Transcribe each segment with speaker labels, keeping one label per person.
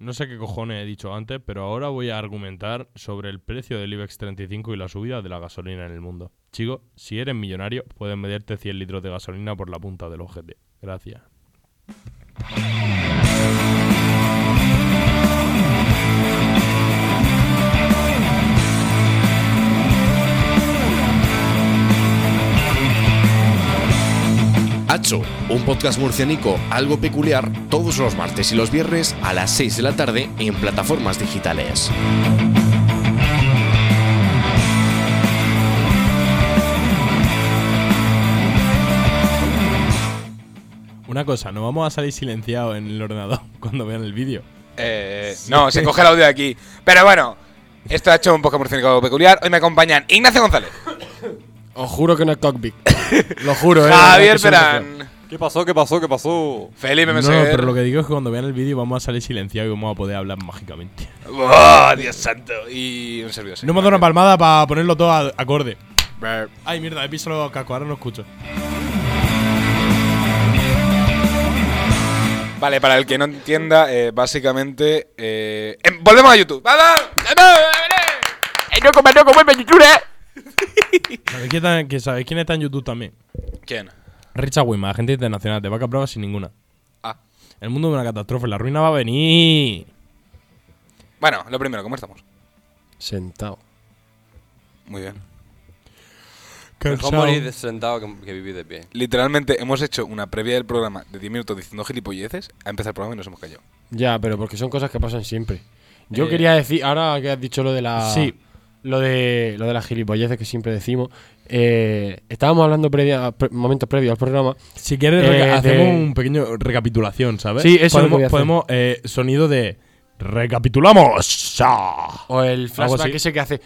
Speaker 1: No sé qué cojones he dicho antes, pero ahora voy a argumentar sobre el precio del IBEX 35 y la subida de la gasolina en el mundo. Chico, si eres millonario, puedes meterte 100 litros de gasolina por la punta del ojete. Gracias.
Speaker 2: Hacho, un podcast murcianico algo peculiar todos los martes y los viernes a las 6 de la tarde en plataformas digitales.
Speaker 1: Una cosa, no vamos a salir silenciados en el ordenador cuando vean el vídeo.
Speaker 3: Eh, No, se coge el audio de aquí. Pero bueno, esto ha hecho un podcast murciénico peculiar. Hoy me acompañan Ignacio González,
Speaker 4: Os juro que no es cockpit. Lo juro, eh.
Speaker 3: Javier
Speaker 4: que soy
Speaker 3: Perán,
Speaker 5: ¿Qué pasó? ¿Qué pasó? ¿Qué pasó?
Speaker 3: Felipe
Speaker 1: No,
Speaker 3: Meseguer.
Speaker 1: pero lo que digo es que cuando vean el vídeo vamos a salir silenciados y vamos a poder hablar mágicamente.
Speaker 3: ¡Oh, Dios santo! Y un servidor. sí.
Speaker 1: No me dado una palmada para ponerlo todo a- acorde.
Speaker 4: Brr.
Speaker 1: Ay, mierda, he pisado los cascos, ahora no escucho.
Speaker 3: Vale, para el que no entienda, eh, básicamente. eh, em, volvemos a YouTube. ¡Vamos! ¡Vamos! ¡Eh, no comas, no comas, vuelve a YouTube, eh!
Speaker 1: ¿Sabéis quién, está- que sabéis quién está en YouTube también?
Speaker 3: ¿Quién?
Speaker 1: Richard Wima, agente internacional, de vaca brava sin ninguna.
Speaker 3: Ah.
Speaker 1: El mundo de una catástrofe, la ruina va a venir.
Speaker 3: Bueno, lo primero, ¿cómo estamos?
Speaker 4: Sentado.
Speaker 3: Muy bien.
Speaker 5: Mejor morir de sentado que, que vivir de pie.
Speaker 3: Literalmente hemos hecho una previa del programa de 10 minutos diciendo gilipolleces, ha empezado el programa y nos hemos callado.
Speaker 4: Ya, pero porque son cosas que pasan siempre. Yo
Speaker 1: Eh,
Speaker 4: quería decir, ahora que has dicho lo de la.
Speaker 1: Sí.
Speaker 4: Lo de, lo de las gilipolleces que siempre decimos. eh, estábamos hablando previa, pre- momentos previos al programa.
Speaker 1: Si quieres,
Speaker 4: Eh,
Speaker 1: reca-
Speaker 4: de-
Speaker 1: hacemos un pequeño recapitulación, ¿sabes?
Speaker 4: Sí, eso es lo que
Speaker 1: podemos,
Speaker 4: voy a hacer.
Speaker 1: podemos eh, sonido de recapitulamos. ¡Ah!
Speaker 4: O el flashback
Speaker 1: así.
Speaker 4: ese que hace.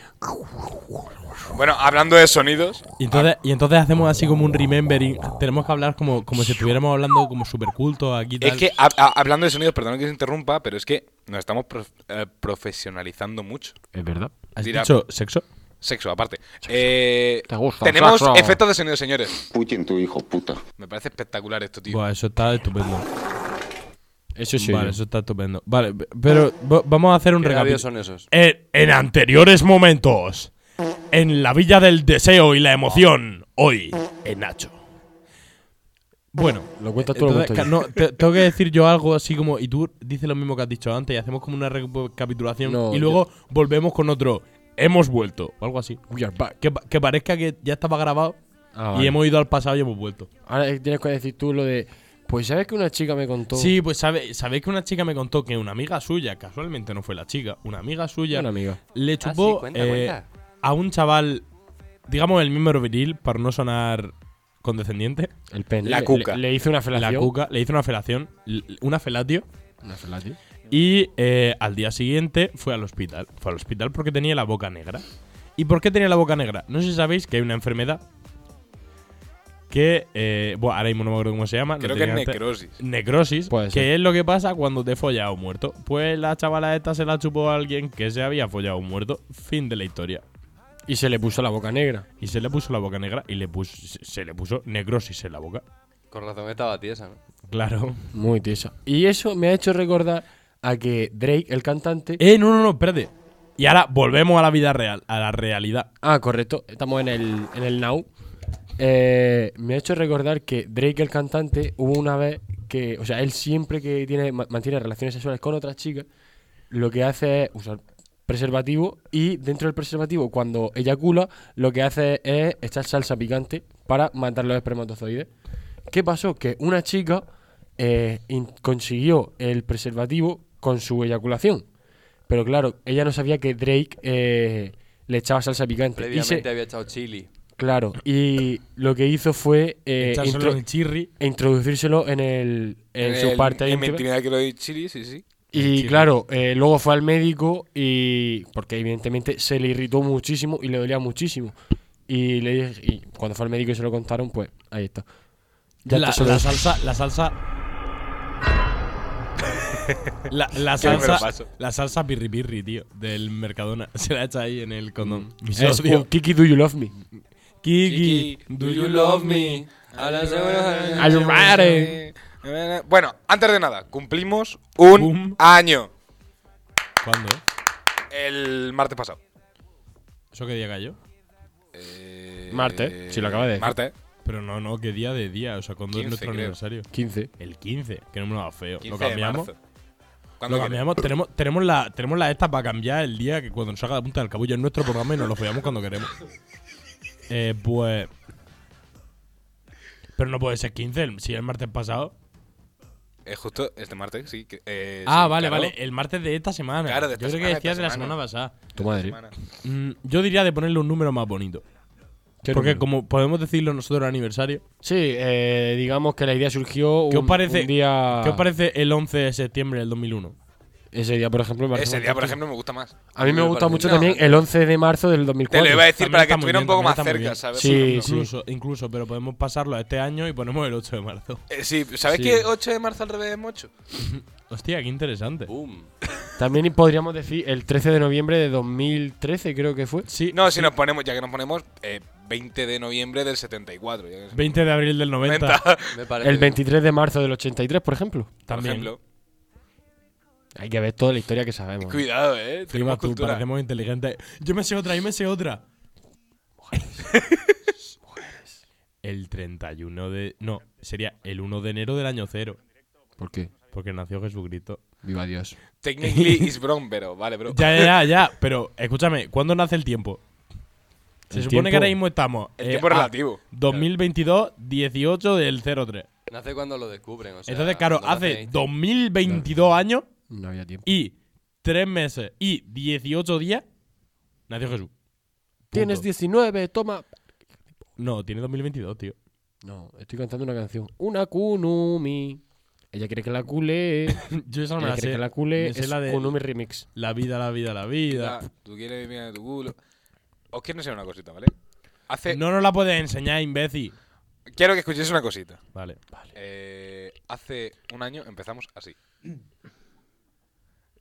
Speaker 3: Bueno, hablando de sonidos,
Speaker 1: Y entonces, y entonces hacemos así como un remembering. Tenemos que hablar como, como si estuviéramos hablando como super culto aquí. Tal.
Speaker 3: es que hab- a- hablando de sonidos, perdón que os interrumpa, pero es que nos estamos prof- eh, profesionalizando mucho.
Speaker 4: Es verdad.
Speaker 1: ¿Has
Speaker 3: dirá-
Speaker 1: dicho sexo?
Speaker 3: Sexo, aparte. Eh,
Speaker 4: Te gusta,
Speaker 3: tenemos
Speaker 4: sexo.
Speaker 3: efectos de sonido, señores.
Speaker 6: Putin, tu hijo puta.
Speaker 3: Me parece espectacular esto, tío.
Speaker 1: Buah, eso está estupendo.
Speaker 4: Eso sí.
Speaker 1: Vale, eso está estupendo. Vale, pe- pero vo- vamos a hacer un
Speaker 5: ¿Qué labios
Speaker 1: recapitulación.
Speaker 5: son esos?
Speaker 1: En, en anteriores momentos, en la villa del deseo y la emoción, hoy, en Nacho. Bueno,
Speaker 4: Lo cuentas tú, lo
Speaker 1: entonces,
Speaker 4: cuento
Speaker 1: ca-
Speaker 4: yo.
Speaker 1: no, te- tengo que decir yo algo así como, y tú dices lo mismo que has dicho antes, y hacemos como una recapitulación,
Speaker 4: No,
Speaker 1: y luego volvemos con otro, hemos vuelto, o algo así.
Speaker 4: We are back.
Speaker 1: Que, pa- que parezca que ya estaba grabado,
Speaker 4: Ah,
Speaker 1: y
Speaker 4: vale.
Speaker 1: hemos ido al pasado y hemos vuelto.
Speaker 4: Ahora eh, tienes que decir tú lo de. Pues sabes que una chica me contó.
Speaker 1: Sí, pues sabe- sabéis que una chica me contó que una amiga suya, casualmente no fue la chica, una amiga suya
Speaker 4: Una amiga.
Speaker 1: le
Speaker 5: Ah, sí,
Speaker 1: chupó
Speaker 5: cuenta,
Speaker 1: eh,
Speaker 5: cuenta.
Speaker 1: a un chaval, digamos el miembro viril, para no sonar condescendiente,
Speaker 4: El pene.
Speaker 3: La
Speaker 4: Le-
Speaker 3: cuca.
Speaker 4: Le, le hice una
Speaker 1: la
Speaker 4: felación.
Speaker 1: cuca, le hizo una felación, l- una felatio,
Speaker 4: Una felatio.
Speaker 1: y eh, al día siguiente fue al hospital. Fue al hospital porque tenía la boca negra. ¿Y por qué tenía la boca negra? No sé si sabéis que hay una enfermedad que, eh, bueno, ahora mismo no me acuerdo cómo se llama. lo
Speaker 3: Creo que es
Speaker 1: tenía antes.
Speaker 3: necrosis.
Speaker 1: necrosis,
Speaker 4: Puede
Speaker 1: que
Speaker 4: ser.
Speaker 1: es lo que pasa cuando te follas a un muerto. Pues la chavala esta se la chupó a alguien que se había follado a un muerto. Fin de la historia.
Speaker 4: Y se le puso la boca negra.
Speaker 1: Y se le puso la boca negra y le puso, se le puso necrosis en la boca.
Speaker 5: Con razón estaba tiesa, ¿no?
Speaker 1: Claro.
Speaker 4: Muy tiesa. Y eso me ha hecho recordar a que Drake, el cantante.
Speaker 1: Eh, no, no, no, espérate. Y ahora volvemos a la vida real, a la realidad.
Speaker 4: Ah, correcto. Estamos en el, en el now. Eh, me ha hecho recordar que Drake, el cantante, hubo una vez que. O sea, él siempre que tiene, ma- mantiene relaciones sexuales con otras chicas, lo que hace es usar preservativo y dentro del preservativo, cuando eyacula, lo que hace es echar salsa picante para matar los espermatozoides. ¿Qué pasó? Que una chica eh, in- consiguió el preservativo con su eyaculación. Pero claro, ella no sabía que Drake eh, le echaba salsa picante. Y se-
Speaker 5: Previamente había echado chili.
Speaker 4: Claro, y lo que hizo fue eh,
Speaker 1: Echárselo
Speaker 4: intro-
Speaker 1: en el chirri.
Speaker 4: introducírselo en, el, en, su
Speaker 3: el-
Speaker 4: parte
Speaker 3: En mi
Speaker 4: íntima.
Speaker 3: intimidad quiero decir chili, sí, sí.
Speaker 4: Y claro, eh, luego fue al médico y. Porque evidentemente se le irritó muchísimo y le dolía muchísimo. Y, le dije- y cuando fue al médico y se lo contaron, pues ahí está. Ya
Speaker 1: la,
Speaker 4: está solo-
Speaker 1: la salsa, la salsa. La, la
Speaker 3: Que no me lo
Speaker 1: salsa,
Speaker 3: paso.
Speaker 1: la salsa pirri pirri, tío, del Mercadona. Se la echa ahí en el condón. Mis
Speaker 4: es
Speaker 1: odios.
Speaker 4: un Eh, oh, Kiki, do you love me?
Speaker 1: Kiki,
Speaker 3: Kiki,
Speaker 1: do you love me?
Speaker 4: Are you ready?
Speaker 3: Bueno, antes de nada, cumplimos un
Speaker 1: Boom.
Speaker 3: año.
Speaker 1: ¿Cuándo? eh?
Speaker 3: El martes pasado.
Speaker 1: ¿Eso qué día cayó?
Speaker 3: Eh,
Speaker 4: Martes, si lo acabas de decir.
Speaker 3: Martes.
Speaker 1: Pero no, no, qué día de día. O sea, ¿cuándo es
Speaker 3: 15,
Speaker 1: nuestro
Speaker 3: creo.
Speaker 1: aniversario?
Speaker 4: 15.
Speaker 1: El 15, que no me lo haga feo.
Speaker 3: 15
Speaker 1: Lo
Speaker 3: de
Speaker 1: cambiamos.
Speaker 3: marzo.
Speaker 1: Lo
Speaker 3: ¿Cuándo quieres?
Speaker 1: cambiamos. Tenemos, tenemos la, tenemos la esta para cambiar el día que cuando nos salga la punta del cabello en nuestro programa y nos lo follamos cuando queremos. Eh, pues. Pero no puede ser 15, el- si el martes pasado.
Speaker 3: Eh, justo este martes, sí. que- eh,
Speaker 1: ah,
Speaker 3: sí,
Speaker 1: vale,
Speaker 3: claro.
Speaker 1: vale. El martes de esta semana.
Speaker 3: Claro, de esta
Speaker 1: Yo creo que
Speaker 3: semana,
Speaker 1: decías
Speaker 3: esta
Speaker 1: de la
Speaker 3: semana.
Speaker 1: semana pasada.
Speaker 4: Tu madre.
Speaker 3: Semana.
Speaker 1: Mm, yo diría de ponerle un número más bonito.
Speaker 4: ¿Qué
Speaker 1: Porque
Speaker 4: número?
Speaker 1: como podemos decirlo nosotros el aniversario.
Speaker 4: Sí, eh, digamos que la idea surgió un,
Speaker 1: ¿Qué os parece,
Speaker 4: un día.
Speaker 1: ¿Qué os parece el 11 de septiembre del 2001?
Speaker 4: Ese día, por ejemplo, me parece
Speaker 3: Ese día, por
Speaker 4: fantástico.
Speaker 3: ejemplo, me gusta más.
Speaker 4: A mí me gusta mucho
Speaker 3: No,
Speaker 4: también el 11 de marzo del
Speaker 3: Te
Speaker 4: 2004.
Speaker 3: lo iba a decir
Speaker 1: También
Speaker 3: para que
Speaker 1: está muy
Speaker 3: estuviera
Speaker 1: bien,
Speaker 3: un poco
Speaker 1: también
Speaker 3: más
Speaker 1: está muy
Speaker 3: cerca,
Speaker 1: bien.
Speaker 3: ¿sabes?
Speaker 4: Sí,
Speaker 3: Por ejemplo.
Speaker 4: sí.
Speaker 1: Incluso, incluso, pero podemos pasarlo a este año y ponemos el 8 de marzo.
Speaker 3: Eh, sí, ¿sabes
Speaker 4: Sí.
Speaker 3: que 8 de marzo al revés es 8?
Speaker 1: Hostia, qué interesante.
Speaker 5: Boom.
Speaker 4: También podríamos decir el 13 de noviembre de 2013, creo que fue.
Speaker 1: Sí,
Speaker 3: No, si nos ponemos, ya que nos ponemos, eh, 20 de noviembre del 74. Ya que es-
Speaker 1: 20 de abril del 90.
Speaker 5: Me parece.
Speaker 4: El 23 de marzo del 83, por ejemplo.
Speaker 3: Por
Speaker 1: También.
Speaker 3: ejemplo.
Speaker 4: Hay que ver toda la historia que sabemos. ¿eh?
Speaker 3: Cuidado,
Speaker 1: Prima,
Speaker 3: eh. Tenemos
Speaker 1: tú,
Speaker 3: cultura.
Speaker 1: parecemos inteligentes. Yo me sé otra, yo me sé otra. el 31 de... No, sería el 1 de enero del año cero.
Speaker 4: ¿Por qué?
Speaker 1: Porque nació Jesucristo.
Speaker 4: Viva Dios.
Speaker 3: Technically is wrong, pero vale, bro.
Speaker 1: Ya, ya, ya, ya. Pero escúchame, ¿cuándo nace el tiempo? Se
Speaker 4: ¿El
Speaker 1: supone que
Speaker 4: tiempo?
Speaker 1: ahora mismo estamos...
Speaker 3: El
Speaker 1: eh,
Speaker 3: tiempo
Speaker 1: a
Speaker 3: relativo.
Speaker 1: 2022, 18 del 03.
Speaker 5: Nace cuando lo descubren. O sea,
Speaker 1: Entonces, claro,
Speaker 5: cuando
Speaker 1: hace
Speaker 5: nacéis.
Speaker 1: 2022 años
Speaker 4: No había tiempo.
Speaker 1: y 3 meses y 18 días nació Jesús. Punto.
Speaker 4: Tienes 19, toma.
Speaker 1: No, tiene 2022, tío.
Speaker 4: No, estoy cantando una canción. Una Kunumi. Ella quiere que la cule. Ella
Speaker 1: Yo esa no me la
Speaker 4: quiere
Speaker 1: sé.
Speaker 4: que la cule.
Speaker 1: Me sé
Speaker 4: Es
Speaker 1: la de
Speaker 4: Kunumi Remix.
Speaker 1: la vida, la vida, la vida.
Speaker 3: Ya, Tú quieres mirar de tu culo. Os quiero enseñar una cosita, ¿vale? Hace.
Speaker 1: No nos la puedes enseñar, imbécil.
Speaker 3: Quiero que escuchéis una cosita.
Speaker 1: Vale.
Speaker 3: Eh, hace un año empezamos así.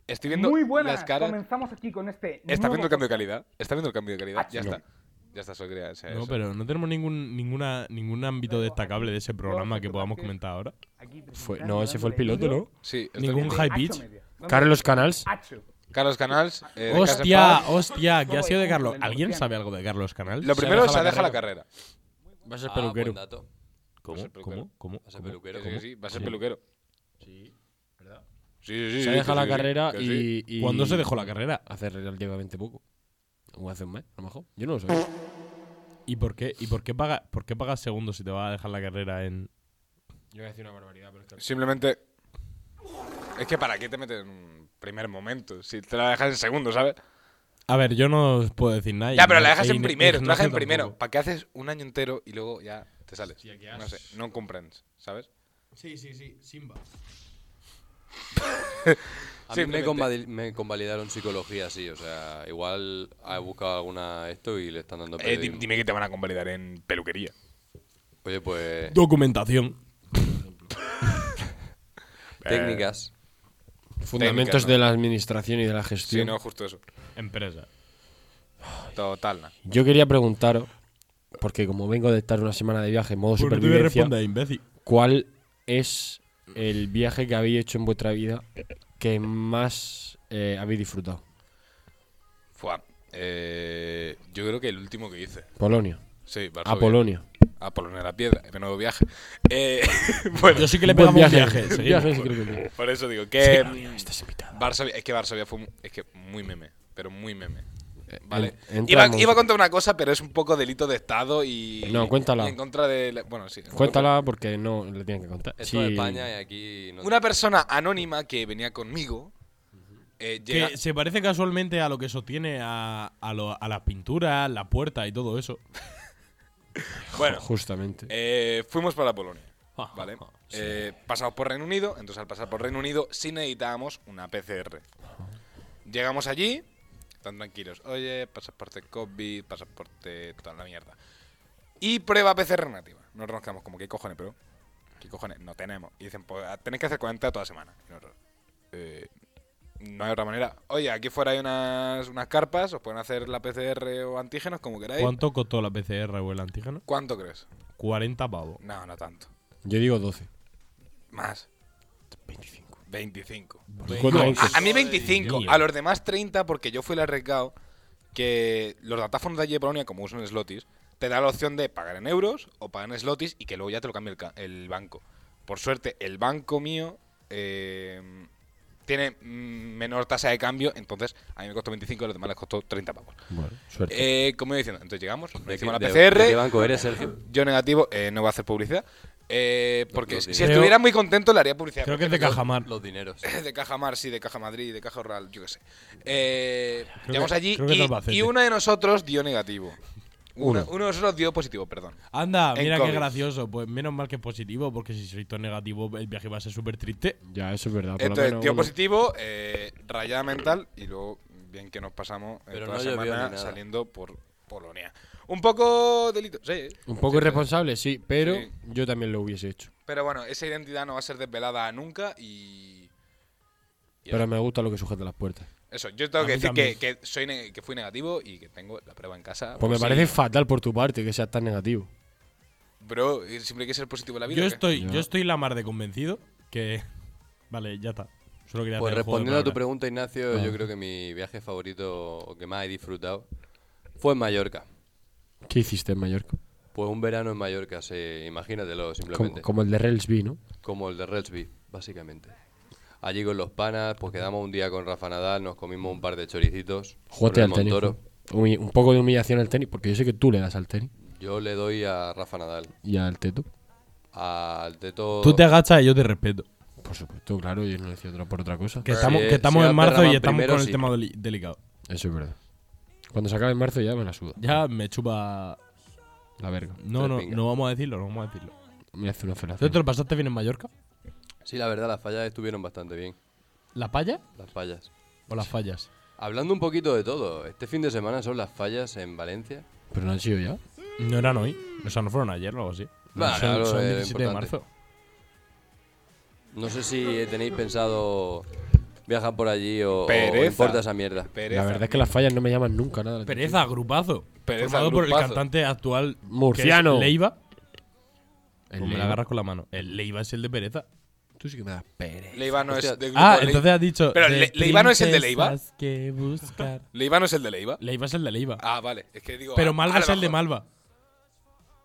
Speaker 3: Estoy viendo
Speaker 6: Muy buenas,
Speaker 3: las caras.
Speaker 6: comenzamos aquí con este
Speaker 3: ¿Está
Speaker 6: nuevo
Speaker 3: viendo el cambio de calidad? ¿Está viendo el cambio de calidad? Ya está. Ya está, solo quería decir
Speaker 1: No,
Speaker 3: eso.
Speaker 1: pero no tenemos ningún, ninguna, ningún ámbito destacable de ese programa que podamos comentar ahora.
Speaker 6: aquí
Speaker 4: Fue-
Speaker 6: presentando
Speaker 4: no, ese fue el
Speaker 6: dándole
Speaker 4: piloto, ¿no?
Speaker 3: Sí, esto es
Speaker 1: Ningún
Speaker 3: mío.
Speaker 1: high
Speaker 6: Hacho
Speaker 1: pitch.
Speaker 6: Media. Vamos,
Speaker 4: Carlos Canals.
Speaker 6: Hacho.
Speaker 3: Carlos Canals. eh, de Casa
Speaker 1: Hostia, oh,
Speaker 3: Paz.
Speaker 1: hostia, ¿qué ha sido de
Speaker 6: Todo el
Speaker 1: Carlos?
Speaker 6: mundo
Speaker 1: ¿Alguien
Speaker 6: del
Speaker 1: sabe algo de Carlos Canal?
Speaker 3: Lo primero se deja la carrera.
Speaker 4: Va a ser
Speaker 5: Ah,
Speaker 4: peluquero.
Speaker 5: buen dato.
Speaker 1: ¿Cómo?
Speaker 3: ser peluquero.
Speaker 1: ¿Cómo? ¿Cómo?
Speaker 5: Va a ser
Speaker 1: ¿Cómo?
Speaker 5: peluquero.
Speaker 3: Sí, sí, sí, va a ser peluquero. Sí, ¿verdad? Sí, sí, sí.
Speaker 4: Se
Speaker 3: sí,
Speaker 4: deja
Speaker 3: que
Speaker 4: la
Speaker 3: sí,
Speaker 4: carrera
Speaker 3: que sí.
Speaker 4: y, y-
Speaker 1: ¿Cuándo se dejó la carrera?
Speaker 4: Hace relativamente poco. O hace un mes, a lo mejor. Yo no lo sé.
Speaker 1: ¿Y por qué, y por qué, paga, por qué pagas segundo si te va a dejar la carrera en...?
Speaker 4: Yo voy a decir una barbaridad, pero es que.
Speaker 3: Simplemente. Es que para qué te metes en un primer momento. Si te la dejas en segundo, ¿sabes?
Speaker 1: A ver, yo no os puedo decir nada. y
Speaker 3: Ya, pero
Speaker 1: no-
Speaker 3: la dejas
Speaker 1: e
Speaker 3: en
Speaker 1: Ine-
Speaker 3: primero. Tú la dejas en
Speaker 1: Ignacio
Speaker 3: primero.
Speaker 1: tampoco.
Speaker 3: ¿Para qué haces un año entero y luego ya te sales? No sé, no comprendes, ¿sabes?
Speaker 1: Sí, sí, sí, Simba.
Speaker 5: A mí me,
Speaker 3: Simplemente.
Speaker 5: convali- me convalidaron psicología, sí. O sea, igual he buscado alguna esto y le están dando
Speaker 3: Eh, di-
Speaker 5: periodismo.
Speaker 3: dime que te van a convalidar en peluquería.
Speaker 5: Oye,
Speaker 1: Eh,
Speaker 5: pues.
Speaker 1: Documentación.
Speaker 5: Técnicas.
Speaker 4: Fundamentos
Speaker 3: Técnicas, ¿no?
Speaker 4: de la administración y de la gestión.
Speaker 3: Sí, no, justo eso.
Speaker 1: Empresa.
Speaker 3: Total, na.
Speaker 4: Yo quería preguntaros, porque como vengo de estar una semana de viaje en modo
Speaker 1: Porque tú me
Speaker 4: supervivencia,
Speaker 1: respondes, imbécil.
Speaker 4: ¿cuál es el viaje que habéis hecho en vuestra vida que más eh, habéis disfrutado?
Speaker 3: Fua. Eh, yo creo que el último que hice.
Speaker 4: Polonia.
Speaker 3: Sí, Varsovia.
Speaker 4: A Polonia.
Speaker 3: A Polonia la Piedra. Menudo viaje. Eh, bueno,
Speaker 1: Yo sí que le
Speaker 4: Buen
Speaker 1: pegamos un viaje.
Speaker 4: viaje,
Speaker 1: seguimos.
Speaker 4: sí que lo tengo.
Speaker 3: por eso digo que.
Speaker 4: Estás invitado.
Speaker 3: Varsovia, es que Varsovia fue mu- es que muy meme, pero muy meme. Eh, Vale.
Speaker 4: en- entra
Speaker 3: Iba,
Speaker 4: en
Speaker 3: iba a
Speaker 4: Monza.
Speaker 3: contar una cosa, pero es un poco delito de Estado y.
Speaker 4: No, cuéntala.
Speaker 3: y en contra de. la- bueno, sí.
Speaker 4: Cuéntala porque no le tienen que contar.
Speaker 5: Esto
Speaker 4: Sí.
Speaker 5: de España y aquí. No
Speaker 3: Una persona anónima que venía conmigo. eh, llega-
Speaker 1: Que se parece casualmente a lo que sostiene a, a, lo- a las pinturas, la puerta y todo eso.
Speaker 3: Bueno,
Speaker 4: Justamente.
Speaker 3: eh, fuimos para Polonia. ¿Vale? Eh, pasamos por Reino Unido, entonces al pasar por Reino Unido sí necesitábamos una PCR. Llegamos allí, tan tranquilos. Oye, pasaporte COVID, pasaporte toda la mierda. Y prueba PCR nativa. Nosotros nos quedamos como, ¿qué cojones, pero? ¿Qué cojones? No tenemos. Y dicen, pues tenéis que hacer cuarentena toda semana. Y nosotros, eh, no hay otra manera. Oye, aquí fuera hay unas, unas carpas, os pueden hacer la PCR o antígenos, como queráis.
Speaker 1: ¿Cuánto costó la PCR o el antígeno?
Speaker 3: ¿Cuánto crees?
Speaker 1: 40 pavos.
Speaker 3: No, no tanto.
Speaker 4: Yo digo 12.
Speaker 3: Más.
Speaker 4: 25.
Speaker 3: 25.
Speaker 1: ¿Cuánto
Speaker 3: No,
Speaker 1: dices?
Speaker 3: a, a mí 25,
Speaker 1: mío.
Speaker 3: a los demás 30, porque yo fui el arriesgado que los datáfonos de allí de Polonia, como usan slotis, te da la opción de pagar en euros o pagar en slotis y que luego ya te lo cambie el, ca- el banco. Por suerte, el banco mío eh, tiene mm, menor tasa de cambio, entonces a mí me costó 25 y a los demás les costó 30 pavos.
Speaker 4: Bueno, suerte.
Speaker 3: Eh, como iba diciendo, entonces llegamos,
Speaker 5: ¿De qué-
Speaker 3: hicimos la
Speaker 5: de-
Speaker 3: PCR,
Speaker 5: de qué banco eres, Sergio?
Speaker 3: yo negativo, eh, no voy a hacer publicidad. eh, porque
Speaker 5: lo
Speaker 3: si
Speaker 5: digo.
Speaker 3: estuviera muy contento le haría publicidad.
Speaker 1: Creo que
Speaker 3: porque
Speaker 1: es de Cajamar.
Speaker 5: Los dineros.
Speaker 3: de Caja Mar, sí, de Caja Madrid, de Caja Rural, yo qué sé. Eh,
Speaker 1: que-
Speaker 3: llegamos allí
Speaker 1: creo que es de Albacete.
Speaker 3: y, y uno de nosotros dio negativo. Uno. uno de nosotros dio positivo, perdón.
Speaker 1: Anda,
Speaker 3: En
Speaker 1: mira qué
Speaker 3: COVID.
Speaker 1: gracioso. Pues menos mal que es positivo, porque si soy todo negativo, el viaje va a ser súper triste.
Speaker 4: Ya, eso es verdad. por lo
Speaker 3: Entonces,
Speaker 4: menos
Speaker 3: dio
Speaker 4: uno.
Speaker 3: positivo, eh, rayada mental y luego bien que nos pasamos eh,
Speaker 5: Pero
Speaker 3: toda
Speaker 5: no
Speaker 3: la
Speaker 5: llovió ni
Speaker 3: semana
Speaker 5: nada.
Speaker 3: saliendo por Polonia. Un poco delito, sí.
Speaker 4: Un poco irresponsable, sí, pero
Speaker 3: Sí.
Speaker 4: yo también lo hubiese hecho.
Speaker 3: Pero bueno, esa identidad no va a ser desvelada nunca y... y
Speaker 4: Pero me gusta lo que sujeta las puertas.
Speaker 3: Eso, yo tengo
Speaker 1: A
Speaker 3: que
Speaker 1: mí
Speaker 3: decir que,
Speaker 1: también.
Speaker 3: que soy ne- que fui negativo y que tengo la prueba en casa.
Speaker 4: Pues me
Speaker 3: sí.
Speaker 4: parece fatal por tu parte que seas tan negativo.
Speaker 3: Bro, siempre hay que ser positivo en la vida.
Speaker 1: Yo
Speaker 3: ¿o qué?
Speaker 1: estoy, yo estoy la mar de convencido que. Vale, ya está. Solo quería
Speaker 5: Pues
Speaker 1: hacer el juego de
Speaker 5: respondiendo a tu
Speaker 1: palabras. Ah.
Speaker 5: pregunta, Ignacio, yo creo que mi viaje favorito o que más he disfrutado fue en Mallorca.
Speaker 4: ¿Qué hiciste en Mallorca?
Speaker 5: Pues un verano en Mallorca, se, imagínatelo
Speaker 4: Como,
Speaker 5: simplemente.
Speaker 4: como el de Relsby, ¿no?
Speaker 5: Como el de Redsby, básicamente. Allí con los panas, pues quedamos un día con Rafa Nadal, nos comimos un par de choricitos.
Speaker 4: Jugaste
Speaker 5: por
Speaker 4: al
Speaker 5: el
Speaker 4: tenis.
Speaker 5: Montoro.
Speaker 4: ¿no? Humi- Un poco de humillación al tenis, porque yo sé que tú le das al tenis
Speaker 5: Yo le doy a Rafa Nadal.
Speaker 4: y al teto.
Speaker 5: Al teto.
Speaker 1: Tú te agachas y yo te respeto.
Speaker 4: Por supuesto, claro, yo no decía otra por otra cosa.
Speaker 1: Que estamos, que
Speaker 5: si
Speaker 1: estamos
Speaker 5: era
Speaker 1: en marzo
Speaker 5: Perraman
Speaker 1: y estamos
Speaker 5: primero,
Speaker 1: con el
Speaker 5: sí.
Speaker 1: tema deli- delicado.
Speaker 4: Eso es verdad. Cuando se acabe en marzo ya me la suda.
Speaker 1: Ya me chupa.
Speaker 4: La verga.
Speaker 1: No,
Speaker 5: Tres
Speaker 1: no,
Speaker 5: pingas.
Speaker 1: no vamos a decirlo, no vamos a decirlo.
Speaker 4: Me hace una
Speaker 1: ¿Tú
Speaker 4: felación.
Speaker 1: te lo pasaste bien en Mallorca?
Speaker 5: Sí, la verdad, las fallas estuvieron bastante bien.
Speaker 1: ¿La palla
Speaker 5: Las fallas.
Speaker 1: o las fallas?
Speaker 5: Hablando un poquito de todo, este fin de semana son las fallas en Valencia.
Speaker 4: Pero no han sido ya.
Speaker 1: No eran hoy. O sea, no fueron ayer o algo así.
Speaker 5: Vale,
Speaker 1: son
Speaker 5: algo
Speaker 1: son
Speaker 5: era
Speaker 1: 17 de
Speaker 5: importante.
Speaker 1: marzo.
Speaker 5: No sé si tenéis pensado viajar por allí o, o
Speaker 3: Pereza.
Speaker 5: importa esa mierda.
Speaker 3: Pereza.
Speaker 4: La verdad es que las fallas no me llaman nunca nada. la atención.
Speaker 1: Pereza, grupazo.
Speaker 3: Pereza,
Speaker 1: formado por el
Speaker 3: grupazo.
Speaker 1: cantante actual que es
Speaker 4: Murciano.
Speaker 1: Leiva.
Speaker 4: El
Speaker 1: Pues me la
Speaker 4: Leiva.
Speaker 1: agarras con la mano. El Leiva es el de Pereza.
Speaker 4: Tú sí que me das pereza.
Speaker 3: Leivano es del grupo
Speaker 1: Ah,
Speaker 3: de Lei-
Speaker 1: entonces has dicho.
Speaker 3: Pero
Speaker 1: de
Speaker 3: Le- Leiva no es el de Leiva.
Speaker 1: princesas que buscar.
Speaker 3: Leivano es el de Leiva.
Speaker 1: Leiva es el de Leiva.
Speaker 3: Ah, vale. Es que digo.
Speaker 1: Pero
Speaker 3: ah,
Speaker 1: Malva
Speaker 3: ah,
Speaker 1: es el de
Speaker 3: mejor.
Speaker 1: Malva.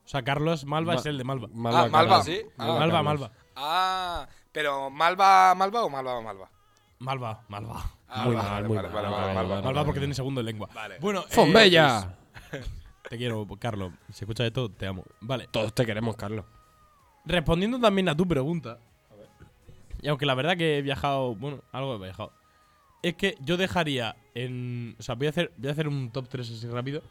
Speaker 1: O sea, Carlos Malva
Speaker 4: Ma-
Speaker 1: es el de Malva.
Speaker 4: Malva,
Speaker 3: Ah, Malva,
Speaker 4: Carlos.
Speaker 3: sí. Ah,
Speaker 1: Malva,
Speaker 4: Carlos.
Speaker 1: Malva.
Speaker 3: Ah, pero Malva, Malva o Malva, Malva.
Speaker 1: Malva, Malva.
Speaker 3: Ah,
Speaker 4: Muy
Speaker 3: vale,
Speaker 4: mal,
Speaker 3: vale,
Speaker 4: muy
Speaker 3: vale,
Speaker 4: mal,
Speaker 3: vale,
Speaker 4: vale,
Speaker 3: vale,
Speaker 4: vale.
Speaker 1: Malva porque tiene segundo en lengua.
Speaker 3: Vale.
Speaker 1: Bueno, eh,
Speaker 4: ¡Fombella!
Speaker 1: te quiero, Carlos. Si escuchas esto, te amo. Vale.
Speaker 4: Todos te queremos, Carlos.
Speaker 1: Respondiendo también a tu pregunta. Y aunque la verdad que he viajado, bueno, algo he viajado. Es que yo dejaría en, o sea, voy a hacer voy a hacer un top 3 así rápido.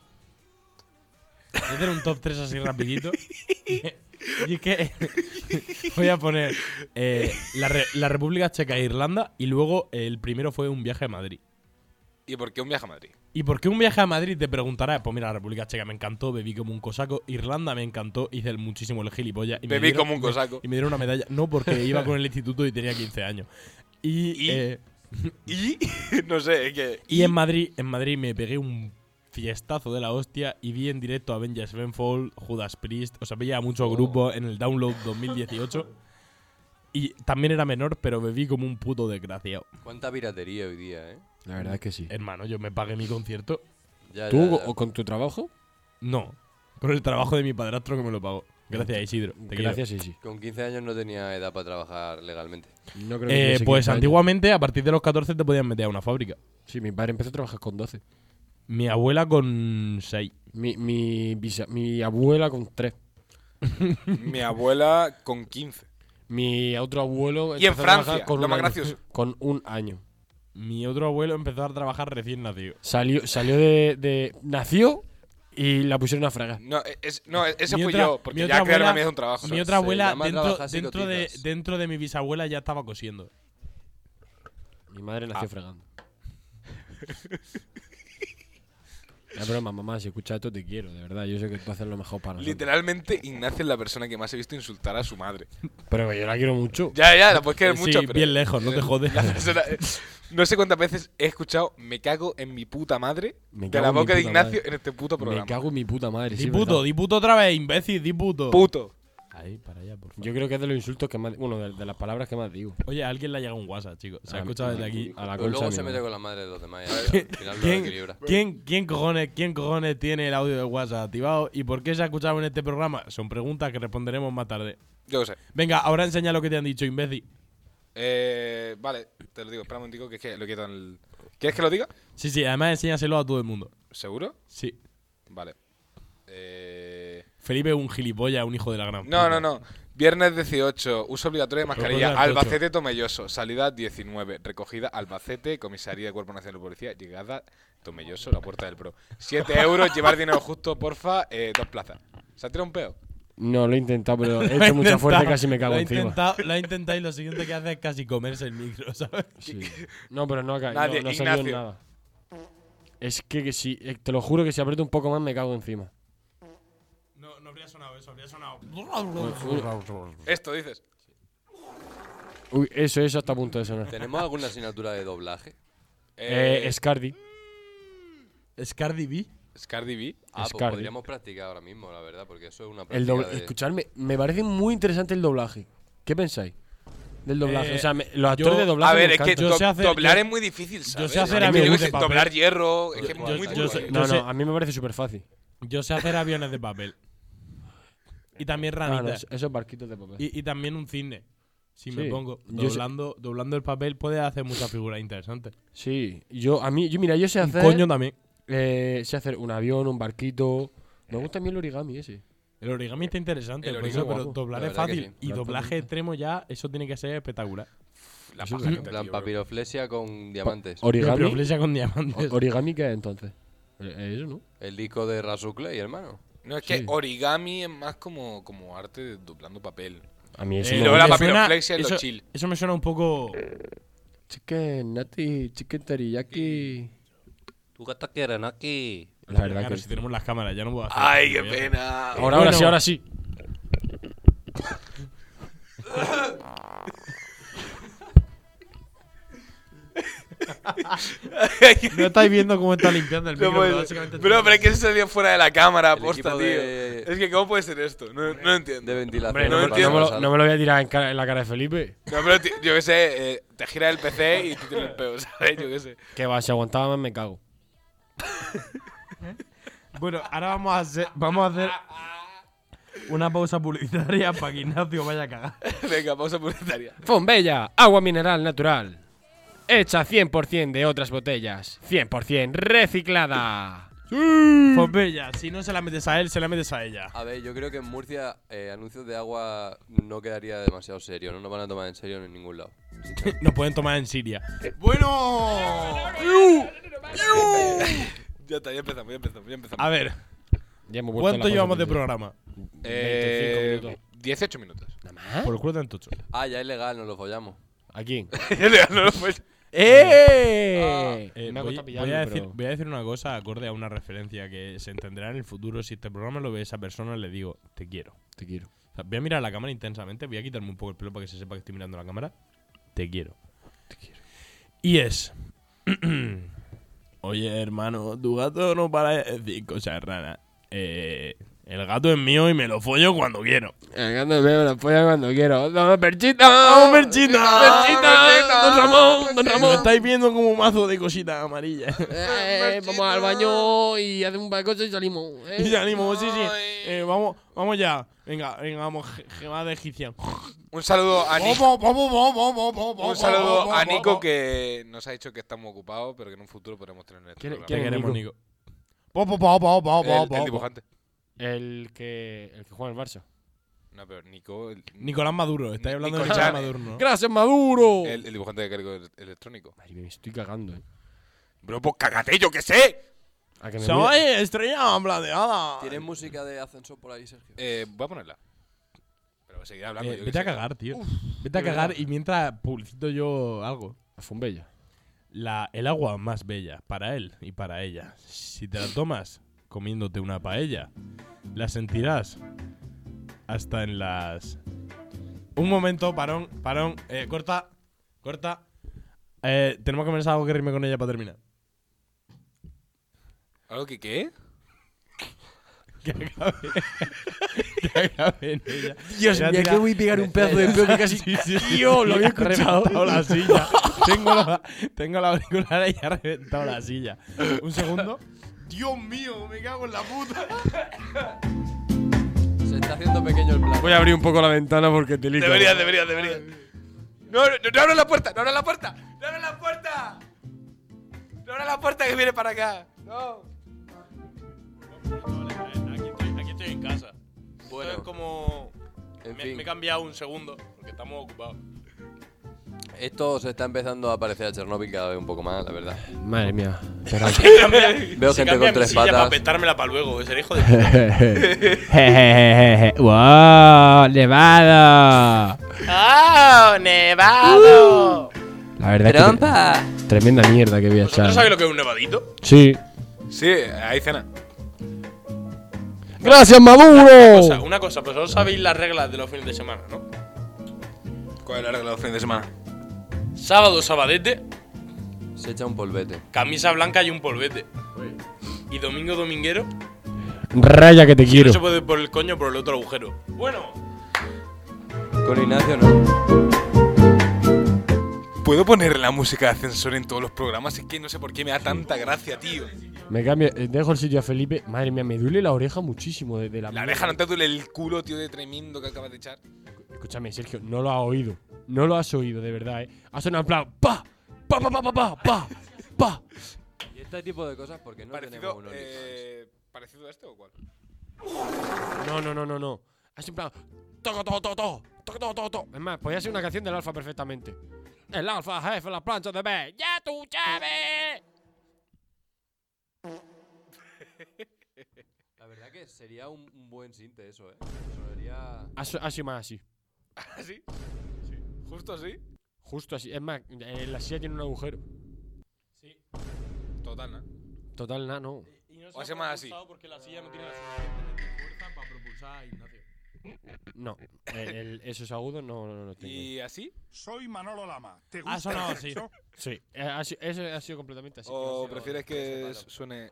Speaker 1: Voy a hacer un top 3 así rapidito. y es que voy a poner eh, la, Re- la República Checa e Irlanda y luego el primero fue un viaje a Madrid.
Speaker 3: ¿Y por qué un viaje a Madrid?
Speaker 1: ¿Y por qué un viaje a Madrid te preguntarás? Pues mira, la República Checa me encantó, bebí como un cosaco, Irlanda me encantó, hice el muchísimo el gilipollas. Y me
Speaker 3: Bebí
Speaker 1: dieron-
Speaker 3: como un cosaco.
Speaker 1: Y me dieron una medalla. No, porque iba con el instituto y tenía 15 años. Y,
Speaker 3: ¿Y?
Speaker 1: eh,
Speaker 3: Y no sé, es que.
Speaker 1: y en Madrid en Madrid me pegué un fiestazo de la hostia y vi en directo a Avengers Sevenfold, Judas Priest, o sea, veía a
Speaker 3: Oh.
Speaker 1: muchos grupos en el Download 2018. Y también era menor, pero bebí como un puto desgraciado.
Speaker 5: Cuánta piratería hoy día, ¿eh?
Speaker 4: La verdad es que sí.
Speaker 1: Hermano, yo me pagué mi concierto.
Speaker 5: Ya,
Speaker 4: ¿Tú
Speaker 5: ya, ya.
Speaker 4: o con tu trabajo?
Speaker 1: No, con el trabajo de mi padrastro que me lo pagó. Gracias, Isidro. te quiero.
Speaker 4: Gracias, sí, sí.
Speaker 5: Con 15 años no tenía edad para trabajar legalmente.
Speaker 4: No creo que
Speaker 1: Eh,
Speaker 4: tuviese
Speaker 1: pues
Speaker 4: 15 años.
Speaker 1: antiguamente, a partir de los 14 te podían meter a una fábrica.
Speaker 4: Sí, mi padre empezó a trabajar con 12.
Speaker 1: Mi abuela con 6.
Speaker 4: Mi, mi, bisa- mi abuela con 3.
Speaker 3: Mi abuela con 15.
Speaker 4: Mi otro abuelo.
Speaker 3: Y en
Speaker 4: empezó a trabajar
Speaker 3: Francia,
Speaker 4: con
Speaker 3: lo
Speaker 4: un
Speaker 3: más
Speaker 4: año.
Speaker 3: gracioso.
Speaker 4: Con un año.
Speaker 1: Mi otro abuelo empezó a trabajar recién nacido.
Speaker 4: Salió, salió de, de- Nació y la pusieron a fraga.
Speaker 3: No, es, no ese
Speaker 1: Mi
Speaker 3: fui
Speaker 1: otra-
Speaker 3: yo,
Speaker 1: mi
Speaker 3: porque
Speaker 1: otra
Speaker 3: ya crearme a
Speaker 1: abuela-
Speaker 3: mí es un trabajo.
Speaker 1: Mi
Speaker 3: ¿sabes?
Speaker 1: otra
Speaker 5: se
Speaker 1: abuela,
Speaker 5: llama
Speaker 1: dentro,
Speaker 5: trabajar
Speaker 1: dentro de,
Speaker 5: psicotizas.
Speaker 1: dentro de mi bisabuela, ya estaba cosiendo.
Speaker 4: Mi madre
Speaker 3: Ah.
Speaker 4: nació fregando. La broma, mamá, si escuchas esto te quiero, de verdad. Yo sé que tú haces lo mejor para nosotros.
Speaker 3: Literalmente, Ignacio es la persona que más he visto insultar a su madre.
Speaker 4: Pero yo la quiero mucho.
Speaker 3: Ya, ya, la puedes querer
Speaker 1: Sí,
Speaker 3: mucho. pero-
Speaker 1: bien lejos, no te jodes.
Speaker 3: La persona- no sé cuántas veces he escuchado me cago en mi puta madre
Speaker 4: Me
Speaker 3: de
Speaker 4: cago
Speaker 3: la
Speaker 4: en mi
Speaker 3: boca de
Speaker 4: puta
Speaker 3: Ignacio
Speaker 4: madre.
Speaker 3: en este puto
Speaker 4: Me
Speaker 3: programa.
Speaker 4: cago en mi puta madre. sí,
Speaker 1: Diputo,
Speaker 4: ¿verdad?
Speaker 1: diputo otra vez, imbécil, diputo.
Speaker 3: Puto.
Speaker 1: Ahí, para allá, por favor.
Speaker 4: Yo creo que es de los insultos que más. Bueno, de, de las palabras que más digo.
Speaker 1: Oye, a alguien le ha llegado un WhatsApp, chicos. Se ha
Speaker 4: Ah,
Speaker 1: escuchado desde aquí.
Speaker 4: A la
Speaker 5: Pero
Speaker 4: concha
Speaker 5: luego se
Speaker 4: mía.
Speaker 5: mete con la madre de los demás. y al final lo
Speaker 1: ¿Quién,
Speaker 5: equilibra.
Speaker 1: quién, quién cojones, ¿Quién cojones tiene el audio de WhatsApp activado? ¿Y por qué se ha escuchado en este programa? Son preguntas que responderemos más tarde.
Speaker 3: Yo qué sé.
Speaker 1: Venga, ahora enseña lo que te han dicho, imbécil.
Speaker 3: Eh, vale, te lo digo, espera un momentico que es que lo quitan el... ¿Quieres que lo diga?
Speaker 1: Sí, sí, además enséñaselo a todo el mundo.
Speaker 3: ¿Seguro?
Speaker 1: Sí.
Speaker 3: Vale. Eh...
Speaker 1: Felipe es un gilipollas, un hijo de la gran
Speaker 3: No,
Speaker 1: puta.
Speaker 3: no, no. Viernes 18, uso obligatorio de mascarilla.
Speaker 1: Recuerda el techo.
Speaker 3: Albacete Tomelloso, salida 19, recogida Albacete, comisaría de Cuerpo Nacional de Policía, llegada Tomelloso, la puerta del pro. 7 euros, llevar dinero justo, porfa, eh, dos plazas. ¿Se ha tirado un peo?
Speaker 4: No, lo he intentado, pero he
Speaker 1: Lo ha
Speaker 4: hecho mucha fuerza y
Speaker 1: intentado,
Speaker 4: casi me cago
Speaker 1: lo ha
Speaker 4: encima.
Speaker 1: Intentado, lo ha intentado y lo siguiente que hace es casi comerse el micro, ¿sabes?
Speaker 4: Sí. No, pero no, ha ca-
Speaker 3: Nadie,
Speaker 4: no, no ha salido en
Speaker 3: Ignacio.
Speaker 4: nada. Es que, que si, eh, te lo juro que si aprieto un poco más me cago encima.
Speaker 1: No, no habría sonado eso, habría sonado.
Speaker 3: Esto dices.
Speaker 4: Uy, eso, eso está a punto de sonar.
Speaker 5: ¿Tenemos alguna asignatura de doblaje?
Speaker 3: Eh,
Speaker 4: Eh, Scardi.
Speaker 1: ¿Es Cardi B?
Speaker 3: es Cardi B.
Speaker 5: Ah, pues
Speaker 4: Scardi.
Speaker 5: podríamos practicar ahora mismo, la verdad, porque eso es una práctica
Speaker 4: El doble,
Speaker 5: de-
Speaker 4: Escuchadme, me parece muy interesante el doblaje. ¿Qué pensáis? Del doblaje.
Speaker 1: Eh,
Speaker 4: o sea, me- los actores
Speaker 1: yo-
Speaker 4: de doblaje.
Speaker 3: A ver,
Speaker 4: me
Speaker 3: es que
Speaker 4: encantan.
Speaker 1: Yo
Speaker 3: do-
Speaker 1: sé hacer-
Speaker 3: doblar
Speaker 1: yo-
Speaker 3: es muy difícil, ¿sabes?
Speaker 1: sé hacer
Speaker 3: A mí me
Speaker 1: aviones
Speaker 3: gusta
Speaker 1: de papel.
Speaker 3: Doblar hierro, es que es
Speaker 5: yo-
Speaker 3: muy
Speaker 5: yo
Speaker 3: duro.
Speaker 1: sé-
Speaker 3: eh.
Speaker 1: yo
Speaker 4: No,
Speaker 1: sé-
Speaker 4: no, a mí me parece súper fácil.
Speaker 1: Yo sé hacer aviones de papel. Y también
Speaker 4: Ah, no,
Speaker 1: ranitas.
Speaker 4: es- esos barquitos de papel.
Speaker 1: y, y también un cisne. Si me
Speaker 4: Sí,
Speaker 1: pongo.
Speaker 4: yo sé-
Speaker 1: Doblando, doblando el papel puedes hacer muchas figuras interesantes.
Speaker 4: Sí, yo, a mí, yo, mira, yo sé hacer.
Speaker 1: Coño también.
Speaker 4: eh, sé hacer un avión, un barquito. Me gusta también el origami ese.
Speaker 1: El origami está interesante,
Speaker 3: El
Speaker 1: por
Speaker 3: origami
Speaker 1: eso, pero
Speaker 4: guapo.
Speaker 1: doblar
Speaker 5: La
Speaker 1: es
Speaker 5: verdad que
Speaker 1: fácil.
Speaker 5: sí.
Speaker 1: Y doblaje extremo ya, eso tiene que ser espectacular.
Speaker 3: La
Speaker 4: Eso
Speaker 3: paja
Speaker 4: es-
Speaker 3: que
Speaker 5: En
Speaker 3: te
Speaker 5: plan
Speaker 3: tiro, bro.
Speaker 5: papiroflesia con diamantes.
Speaker 1: Pero
Speaker 4: ¿Origami?
Speaker 1: flecha con diamantes.
Speaker 4: O- ¿Origami qué es entonces? Eh, Eso, ¿no?
Speaker 5: El disco de Rasu Clay, hermano.
Speaker 3: No, es que
Speaker 4: Sí.
Speaker 3: origami es más como, como arte de doblando papel.
Speaker 4: A mí eso
Speaker 1: Eh,
Speaker 3: Y
Speaker 4: me
Speaker 3: luego la
Speaker 1: me
Speaker 4: gusta.
Speaker 3: papel-
Speaker 1: suena-
Speaker 3: papiroflexia y lo
Speaker 1: eso,
Speaker 3: chill.
Speaker 1: eso me suena un poco.
Speaker 4: Chicken nati, chicken teriyaki.
Speaker 5: Tu gata quieran aquí.
Speaker 4: La verdad
Speaker 1: Claro,
Speaker 4: que
Speaker 1: si tenemos las cámaras, ya no puedo hacer.
Speaker 3: ¡Ay, qué pena!
Speaker 4: Ahora, ahora sí,
Speaker 1: Ah, Bueno.
Speaker 4: ahora sí.
Speaker 1: No estáis viendo cómo está limpiando el
Speaker 3: No
Speaker 1: micro.
Speaker 3: puede
Speaker 1: pero
Speaker 3: ser.
Speaker 1: básicamente-
Speaker 3: Bro, pero es que se salió fuera de la cámara,
Speaker 5: El
Speaker 3: posta, tío.
Speaker 5: equipo de-
Speaker 3: Es que, ¿cómo puede ser esto? No, no entiendo.
Speaker 5: De ventilación.
Speaker 3: Hombre, no
Speaker 5: para
Speaker 3: entiendo.
Speaker 4: No me, lo,
Speaker 5: pasar.
Speaker 4: no me lo voy a tirar en, cara- en la cara de Felipe.
Speaker 3: No, pero tío, yo qué sé, eh, te gira el PC y te tira el peo, ¿sabes? Yo qué sé.
Speaker 4: Que va, si aguantaba más me cago.
Speaker 1: Bueno, ahora vamos a hacer, vamos a hacer una pausa publicitaria para que Ignacio vaya a cagar.
Speaker 3: Venga, pausa publicitaria.
Speaker 4: Fombella, agua mineral natural. Hecha 100% de otras botellas. 100% reciclada.
Speaker 1: Fombella, Pues si no se la metes a él, se la metes a ella.
Speaker 5: A ver, yo creo que en Murcia eh, anuncios de agua no quedaría demasiado serio. No nos van a tomar en serio en ningún lado.
Speaker 1: Nos pueden tomar en Siria. Bueno,
Speaker 3: Ya está, ya empezamos, ya empezamos, ya empezamos.
Speaker 1: a ver,
Speaker 4: Ya hemos vuelto a la
Speaker 1: ¿cuánto
Speaker 4: pausa
Speaker 1: llevamos de
Speaker 4: publicitaria.
Speaker 1: programa?
Speaker 3: eh,
Speaker 4: 25 minutos.
Speaker 3: 18 minutos.
Speaker 1: Por el culo tan tocho.
Speaker 5: Ah, ya es legal, nos lo follamos.
Speaker 4: ¿A quién?
Speaker 3: Ya le ganó, pues.
Speaker 4: ¡Eh!
Speaker 1: Eh,
Speaker 4: me ha
Speaker 1: voy,
Speaker 4: costado pillarlo,
Speaker 1: voy a decir,
Speaker 4: pero-
Speaker 1: voy a decir una cosa acorde a una referencia que se entenderá en el futuro. Si este programa lo ve esa persona, le digo, te quiero.
Speaker 4: Te quiero.
Speaker 1: O sea, voy a mirar la cámara intensamente, voy a quitarme un poco el pelo para que se sepa que estoy mirando la cámara. Te quiero. Y es. Oye, hermano, tu gato no para de decir cosas raras. Eh, el gato es mío y me lo follo cuando quiero.
Speaker 4: Agándome la polla cuando quiero. ¡Dame perchita!
Speaker 1: Perchita!
Speaker 4: Ah, ¡Perchita! ¡Don Ramón! ¡Don
Speaker 1: eh. Lo
Speaker 4: Ramón!
Speaker 1: estáis viendo como un mazo de cositas amarillas.
Speaker 4: Eh, vamos al baño y hacemos un par de cosas y salimos.
Speaker 1: y
Speaker 4: Eh.
Speaker 1: se animo, sí, sí. Eh, vamos, vamos ya. Venga, venga, vamos, je- jeva de egipciano.
Speaker 3: Un saludo a Nico. Un
Speaker 1: Un
Speaker 3: saludo a Nico que nos ha dicho que estamos ocupados, pero que en un futuro podremos tener este
Speaker 4: ¿Quiere-
Speaker 3: programa.
Speaker 1: Te
Speaker 4: quiere-
Speaker 1: queremos,
Speaker 4: Nico.
Speaker 1: Nico. Po, po, po, po, po, po,
Speaker 3: El,
Speaker 1: po,
Speaker 3: el
Speaker 1: po.
Speaker 3: dibujante.
Speaker 4: El que, el que juega en el Barça.
Speaker 3: No, pero Nico. El,
Speaker 1: Nicolás Maduro, estáis hablando de
Speaker 3: Nico
Speaker 1: Nicolás
Speaker 3: Chan.
Speaker 1: Maduro, ¿no?
Speaker 4: ¡Gracias, Maduro!
Speaker 3: el- el dibujante de cargo el- electrónico.
Speaker 4: Madre mía, me estoy cagando, eh.
Speaker 3: Bro, pues cágate, yo qué sé.
Speaker 4: A que me
Speaker 1: Soy
Speaker 4: mira-
Speaker 1: eh, estrella plateada. Eh,
Speaker 5: ¿Tienes música de ascensor por ahí, Sergio?
Speaker 3: Eh, voy a ponerla. Pero seguirá hablando.
Speaker 1: Eh,
Speaker 3: yo qué
Speaker 1: vete a
Speaker 3: sé.
Speaker 1: cagar, tío. vete a cagar y mientras publicito yo algo.
Speaker 4: Fumbella.
Speaker 1: La, el agua más bella para él y para ella. Si te la tomas comiéndote una paella, la sentirás hasta en las. Un momento, parón, parón. Eh, corta, corta. Eh, tenemos que pensar algo que rime con ella para terminar.
Speaker 3: ¿Algo que qué?
Speaker 1: que acabe, que acabe en ella.
Speaker 4: Dios
Speaker 1: Ya
Speaker 4: mío,
Speaker 1: tira-
Speaker 4: que voy a pegar un pedazo de peo que casi.
Speaker 1: Sí, sí, sí.
Speaker 4: Tío, lo
Speaker 1: Y
Speaker 4: había
Speaker 1: ha
Speaker 4: escuchado.
Speaker 1: reventado la silla. tengo, la, tengo la auricular y ha reventado la silla. Un segundo. Dios mío, me cago en la puta.
Speaker 5: Se está haciendo pequeño el plato.
Speaker 4: Voy a abrir un poco la ventana porque te lico.
Speaker 3: Debería, debería, debería. No, no, no abras la puerta, no abras la puerta, no abras la puerta. No abras la puerta que viene para acá. No.
Speaker 1: Aquí estoy, aquí estoy en casa.
Speaker 5: Bueno.
Speaker 1: Esto es como.
Speaker 5: En
Speaker 1: me,
Speaker 5: fin.
Speaker 1: me he cambiado un segundo, porque estamos ocupados.
Speaker 5: Esto se está empezando a parecer a Chernobyl cada vez un poco más, la verdad.
Speaker 4: Madre mía.
Speaker 5: Veo gente con tres
Speaker 1: para
Speaker 5: patas.
Speaker 1: petármela para luego, ese hijo de puta.
Speaker 4: ¡Wow! ¡Nevado!
Speaker 3: Oh,
Speaker 1: ¡Ah! ¡Nevado!
Speaker 4: La verdad es que. Tremenda mierda que voy a
Speaker 1: ¿Vosotros
Speaker 4: echar.
Speaker 1: sabéis lo que es un nevadito?
Speaker 4: Sí.
Speaker 3: Sí, ahí cena.
Speaker 4: ¡Gracias, Oh.
Speaker 1: O sea,
Speaker 4: Maduro!
Speaker 1: una cosa, pues vosotros sabéis las reglas de los fines de semana, ¿no?
Speaker 3: ¿Cuál es la regla de los fines de semana?
Speaker 1: Sábado, sabadete,
Speaker 5: Se echa un polvete.
Speaker 1: camisa blanca y un polvete. Y domingo, dominguero,
Speaker 4: Raya que te
Speaker 1: no
Speaker 4: quiero.
Speaker 1: se puede ir por el coño por el otro agujero. Bueno,
Speaker 5: Con Ignacio no.
Speaker 3: ¿Puedo poner la música de ascensor en todos los programas? Es que no sé por qué me da tanta gracia, tío.
Speaker 4: Me cambio. eh, Dejo el sitio a Felipe. Madre mía, me duele la oreja muchísimo desde la.
Speaker 3: La oreja no te duele el culo, tío, de tremendo que acabas de echar.
Speaker 4: Escúchame, Sergio, no lo has oído. No lo has oído, de verdad, eh. Ha sonado en plan. ¡Pa! ¡Pa, pa, pa, pa, pa! ¡Pa! ¡Pa!
Speaker 5: Y este tipo de cosas porque no tenemos
Speaker 3: Parecido,
Speaker 5: un OnlyFans.
Speaker 3: eh, ¿Parecido a este o cuál?
Speaker 4: No, no, no, no, no. Has en plan. Toco, toco, toco, toco. Toco, toco, toco, toco. Es más, podría ser una canción del Alfa perfectamente. El Alfa, jefe, la plancha de B. ¡Ya tú, Chávez!
Speaker 5: La verdad que sería un, un buen sinte eso, ¿eh? Sonaría...
Speaker 4: Ha su- ha sido más así.
Speaker 3: ¿Así? ¿Ah, Sí. ¿Justo así?
Speaker 4: Justo así. Es más, eh, la silla tiene un agujero.
Speaker 3: Total, ¿no?
Speaker 4: Total, nada, no.
Speaker 1: no
Speaker 3: se O ha hacemos así. propulsado
Speaker 1: porque la silla no tiene la suficiente fuerza para propulsar a Ignacio.
Speaker 4: No. El- el- esos agudos no, no, no los tengo.
Speaker 3: Eh. ¿Y Ah, así?
Speaker 6: Soy Manolo Lama. ¿Te
Speaker 1: Ha
Speaker 6: gusta
Speaker 1: sonado
Speaker 6: el
Speaker 1: así.
Speaker 6: sexo?
Speaker 4: Sí. eh, ha sido- eso ha sido completamente así.
Speaker 3: ¿O
Speaker 5: no sé,
Speaker 3: prefieres
Speaker 5: o no sé,
Speaker 3: que
Speaker 5: palo.
Speaker 3: su- suene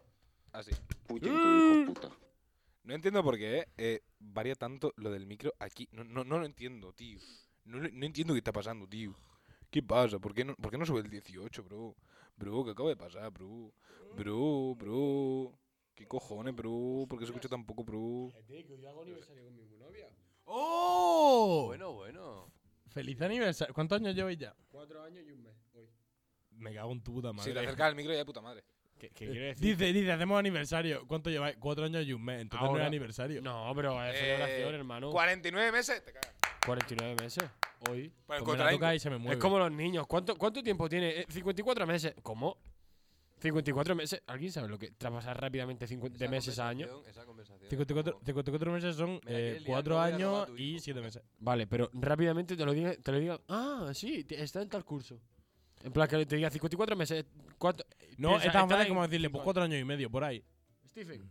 Speaker 3: así? No entiendo por qué eh, varía tanto lo del micro aquí. No, no, no lo entiendo, tío. No, lo- no entiendo qué está pasando, tío. ¿Qué pasa? ¿Por qué no, por qué no sube el 18, bro? Bro, ¿qué acaba de pasar, bro? Bro, bro. ¿Qué cojones, bro? ¿Por qué se escucha tan poco, bro?
Speaker 1: ¡Oh!
Speaker 5: Bueno, bueno.
Speaker 1: feliz aniversario. ¿Cuántos años lleváis ya? Cuatro años y un mes. Me cago en tu puta madre.
Speaker 3: Si te acercas al micro ya de puta madre.
Speaker 4: ¿Qué, qué quiere decir?
Speaker 1: Dice, dice, hacemos aniversario. ¿Cuánto lleváis? Cuatro años y un mes. Entonces no
Speaker 4: Ahora.
Speaker 1: es aniversario.
Speaker 4: No, pero es celebración,
Speaker 3: Eh,
Speaker 4: hermano.
Speaker 3: 49 meses, te cagas.
Speaker 4: 49 meses. Hoy.
Speaker 3: Para
Speaker 1: Pues me la
Speaker 3: el contrato.
Speaker 1: toca y se me mueve.
Speaker 4: Es como los niños. ¿Cuánto, cuánto tiempo tiene? Eh, 54 meses. ¿Cómo? 54 meses. ¿Alguien sabe lo que traspasar rápidamente 50 de
Speaker 5: Esa
Speaker 4: meses a años?
Speaker 5: conversación- esa conversación
Speaker 1: 54,
Speaker 5: es como-
Speaker 1: 54 meses son
Speaker 5: Mira,
Speaker 1: eh,
Speaker 5: Kelly,
Speaker 1: cuatro
Speaker 5: no voy a robar a
Speaker 1: años
Speaker 5: tu
Speaker 1: y
Speaker 5: hijo.
Speaker 1: siete meses.
Speaker 4: Vale, pero rápidamente te lo diga- te lo digan. ah, sí, te- está en tal curso. En plan que te diga 54 meses. ¿cuánto?
Speaker 1: No,
Speaker 4: Piensa,
Speaker 1: es tan
Speaker 4: está
Speaker 1: fácil
Speaker 4: en
Speaker 1: como decirle, pues
Speaker 4: 54.
Speaker 1: cuatro años y medio, por ahí.
Speaker 4: Stephen.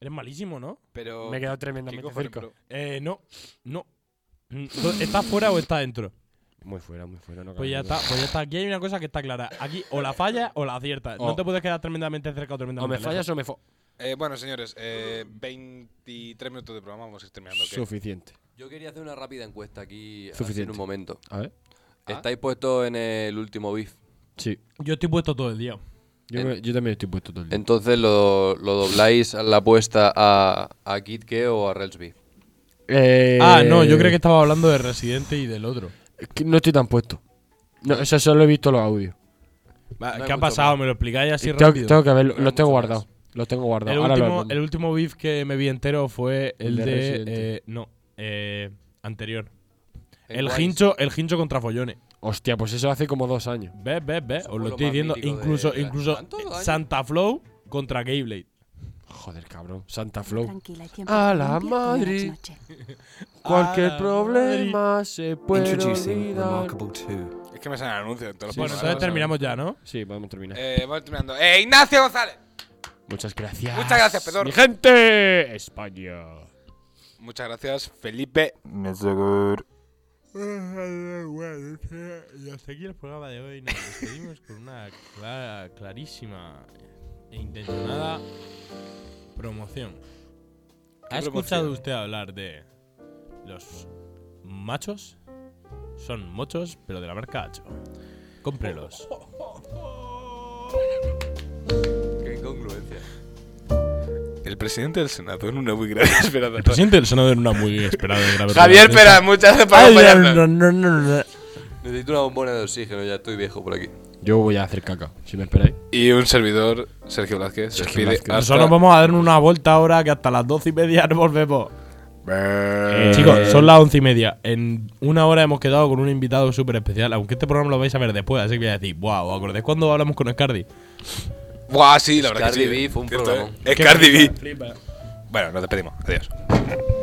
Speaker 1: Eres malísimo, ¿no?
Speaker 3: Pero.
Speaker 4: Me he quedado
Speaker 3: ¿qué
Speaker 4: tremendamente
Speaker 3: cojones,
Speaker 4: cerca.
Speaker 3: bro?
Speaker 1: Eh, no. No. Mm, to- ¿Estás fuera o estás dentro?
Speaker 4: Muy fuera, muy fuera. No
Speaker 1: Pues ya está,
Speaker 4: cabrón.
Speaker 1: pues ya está. Aquí hay una cosa que está clara. Aquí o la falla o la acierta. No
Speaker 5: Oh.
Speaker 4: O-
Speaker 1: te puedes quedar tremendamente cerca o
Speaker 4: O
Speaker 1: tremendamente
Speaker 4: me fallas o me fo.
Speaker 3: Eh, bueno, señores, eh, 23 minutos de programa, vamos a ir terminando. ¿ok?
Speaker 4: Suficiente.
Speaker 5: Yo quería hacer una rápida encuesta aquí así en
Speaker 4: Suficiente.
Speaker 5: un momento.
Speaker 4: A ver.
Speaker 5: ¿Estáis puestos en el último beef?
Speaker 4: Sí.
Speaker 1: lejos. Yo estoy puesto todo el día.
Speaker 4: Yo,
Speaker 5: En-
Speaker 4: me- yo también estoy puesto todo el día.
Speaker 5: Entonces lo, lo dobláis a la apuesta a, a Kid Ke o a Rels Beef.
Speaker 4: Eh,
Speaker 1: Ah, no, yo creo que estaba hablando de Residente y del otro.
Speaker 4: que No estoy tan puesto. No, eso solo he visto los audios.
Speaker 5: hay
Speaker 1: ¿Qué ha
Speaker 5: mucho
Speaker 1: pasado?
Speaker 5: más.
Speaker 1: ¿Me lo explicáis así
Speaker 4: tengo,
Speaker 1: rápido?
Speaker 4: tengo que verlo,
Speaker 5: No hay
Speaker 4: los tengo
Speaker 5: mucho
Speaker 4: guardados. Los tengo guardados.
Speaker 1: El
Speaker 4: Ahora los
Speaker 1: último,
Speaker 4: pongo.
Speaker 1: el último beef que me vi entero fue el
Speaker 4: El
Speaker 1: de.
Speaker 4: de Residente.
Speaker 1: eh, no, eh, anterior.
Speaker 5: ¿En
Speaker 1: El
Speaker 5: cuál
Speaker 1: hincho, el hincho contra follones.
Speaker 4: Hostia, pues eso hace como dos años.
Speaker 1: ¿Ves, ves, ves?
Speaker 5: Eso
Speaker 1: Os
Speaker 5: fue
Speaker 1: lo
Speaker 5: lo
Speaker 1: estoy
Speaker 5: más
Speaker 1: diciendo.
Speaker 5: mítico de
Speaker 1: Incluso,
Speaker 5: la-
Speaker 1: incluso
Speaker 5: ¿Cuántos
Speaker 1: eh,
Speaker 5: años?
Speaker 1: Santa Flow contra Gayblade.
Speaker 4: Joder, cabrón. Santa Flow.
Speaker 7: Tranquila, hay
Speaker 4: A
Speaker 7: A
Speaker 4: la
Speaker 7: la
Speaker 4: Madrid.
Speaker 7: Madrid.
Speaker 4: Cualquier
Speaker 1: Ah,
Speaker 4: problema se puede
Speaker 8: Introducing
Speaker 4: olvidar.
Speaker 8: Remarkable 2.
Speaker 3: Es que me salen anuncios en todos los
Speaker 4: Sí,
Speaker 1: Bueno, entonces
Speaker 3: programas.
Speaker 4: no, vamos a termina-
Speaker 1: terminamos ya, ¿no?
Speaker 4: Sí, vamos terminando.
Speaker 3: Eh, vamos terminando. ¡Eh, Ignacio González!
Speaker 4: Muchas gracias.
Speaker 3: muchas gracias, Pedro.
Speaker 4: Mi gente, España.
Speaker 3: Muchas gracias, Felipe.
Speaker 1: Y hasta aquí el programa de hoy. Nos despedimos con una clara- clarísima e intencionada promoción. ¿Ha escuchado usted hablar de los machos? Son mochos, pero de la marca Hacho. Cómprelos.
Speaker 5: Qué incongruencia.
Speaker 3: El presidente del Senado en una muy grave esperanza.
Speaker 1: El presidente del Senado era una muy esperada y grave
Speaker 3: Javier
Speaker 1: reunión.
Speaker 3: Pérez, muchas gracias por
Speaker 1: Ay,
Speaker 3: acompañarnos.
Speaker 1: no, no, no, no.
Speaker 5: Necesito una bombona de oxígeno, ya estoy viejo por aquí.
Speaker 4: Yo voy a hacer caca, si me esperáis.
Speaker 3: Y un servidor, Sergio Blázquez, se despide hasta-
Speaker 1: Nosotros vamos a dar una vuelta ahora que hasta las doce y media nos volvemos. Eh, Chicos, son las once y media. En una hora hemos quedado con un invitado súper especial. Aunque este programa lo vais a ver después, así que voy a decir, wow, ¿os acordáis cuando hablamos con Scardi?
Speaker 3: Buah, sí, la verdad
Speaker 5: Cardi
Speaker 3: que sí.
Speaker 5: B fue un
Speaker 3: Cierto,
Speaker 5: programón.
Speaker 3: ¿eh? Es Cardi B. Bueno, nos despedimos. Adiós.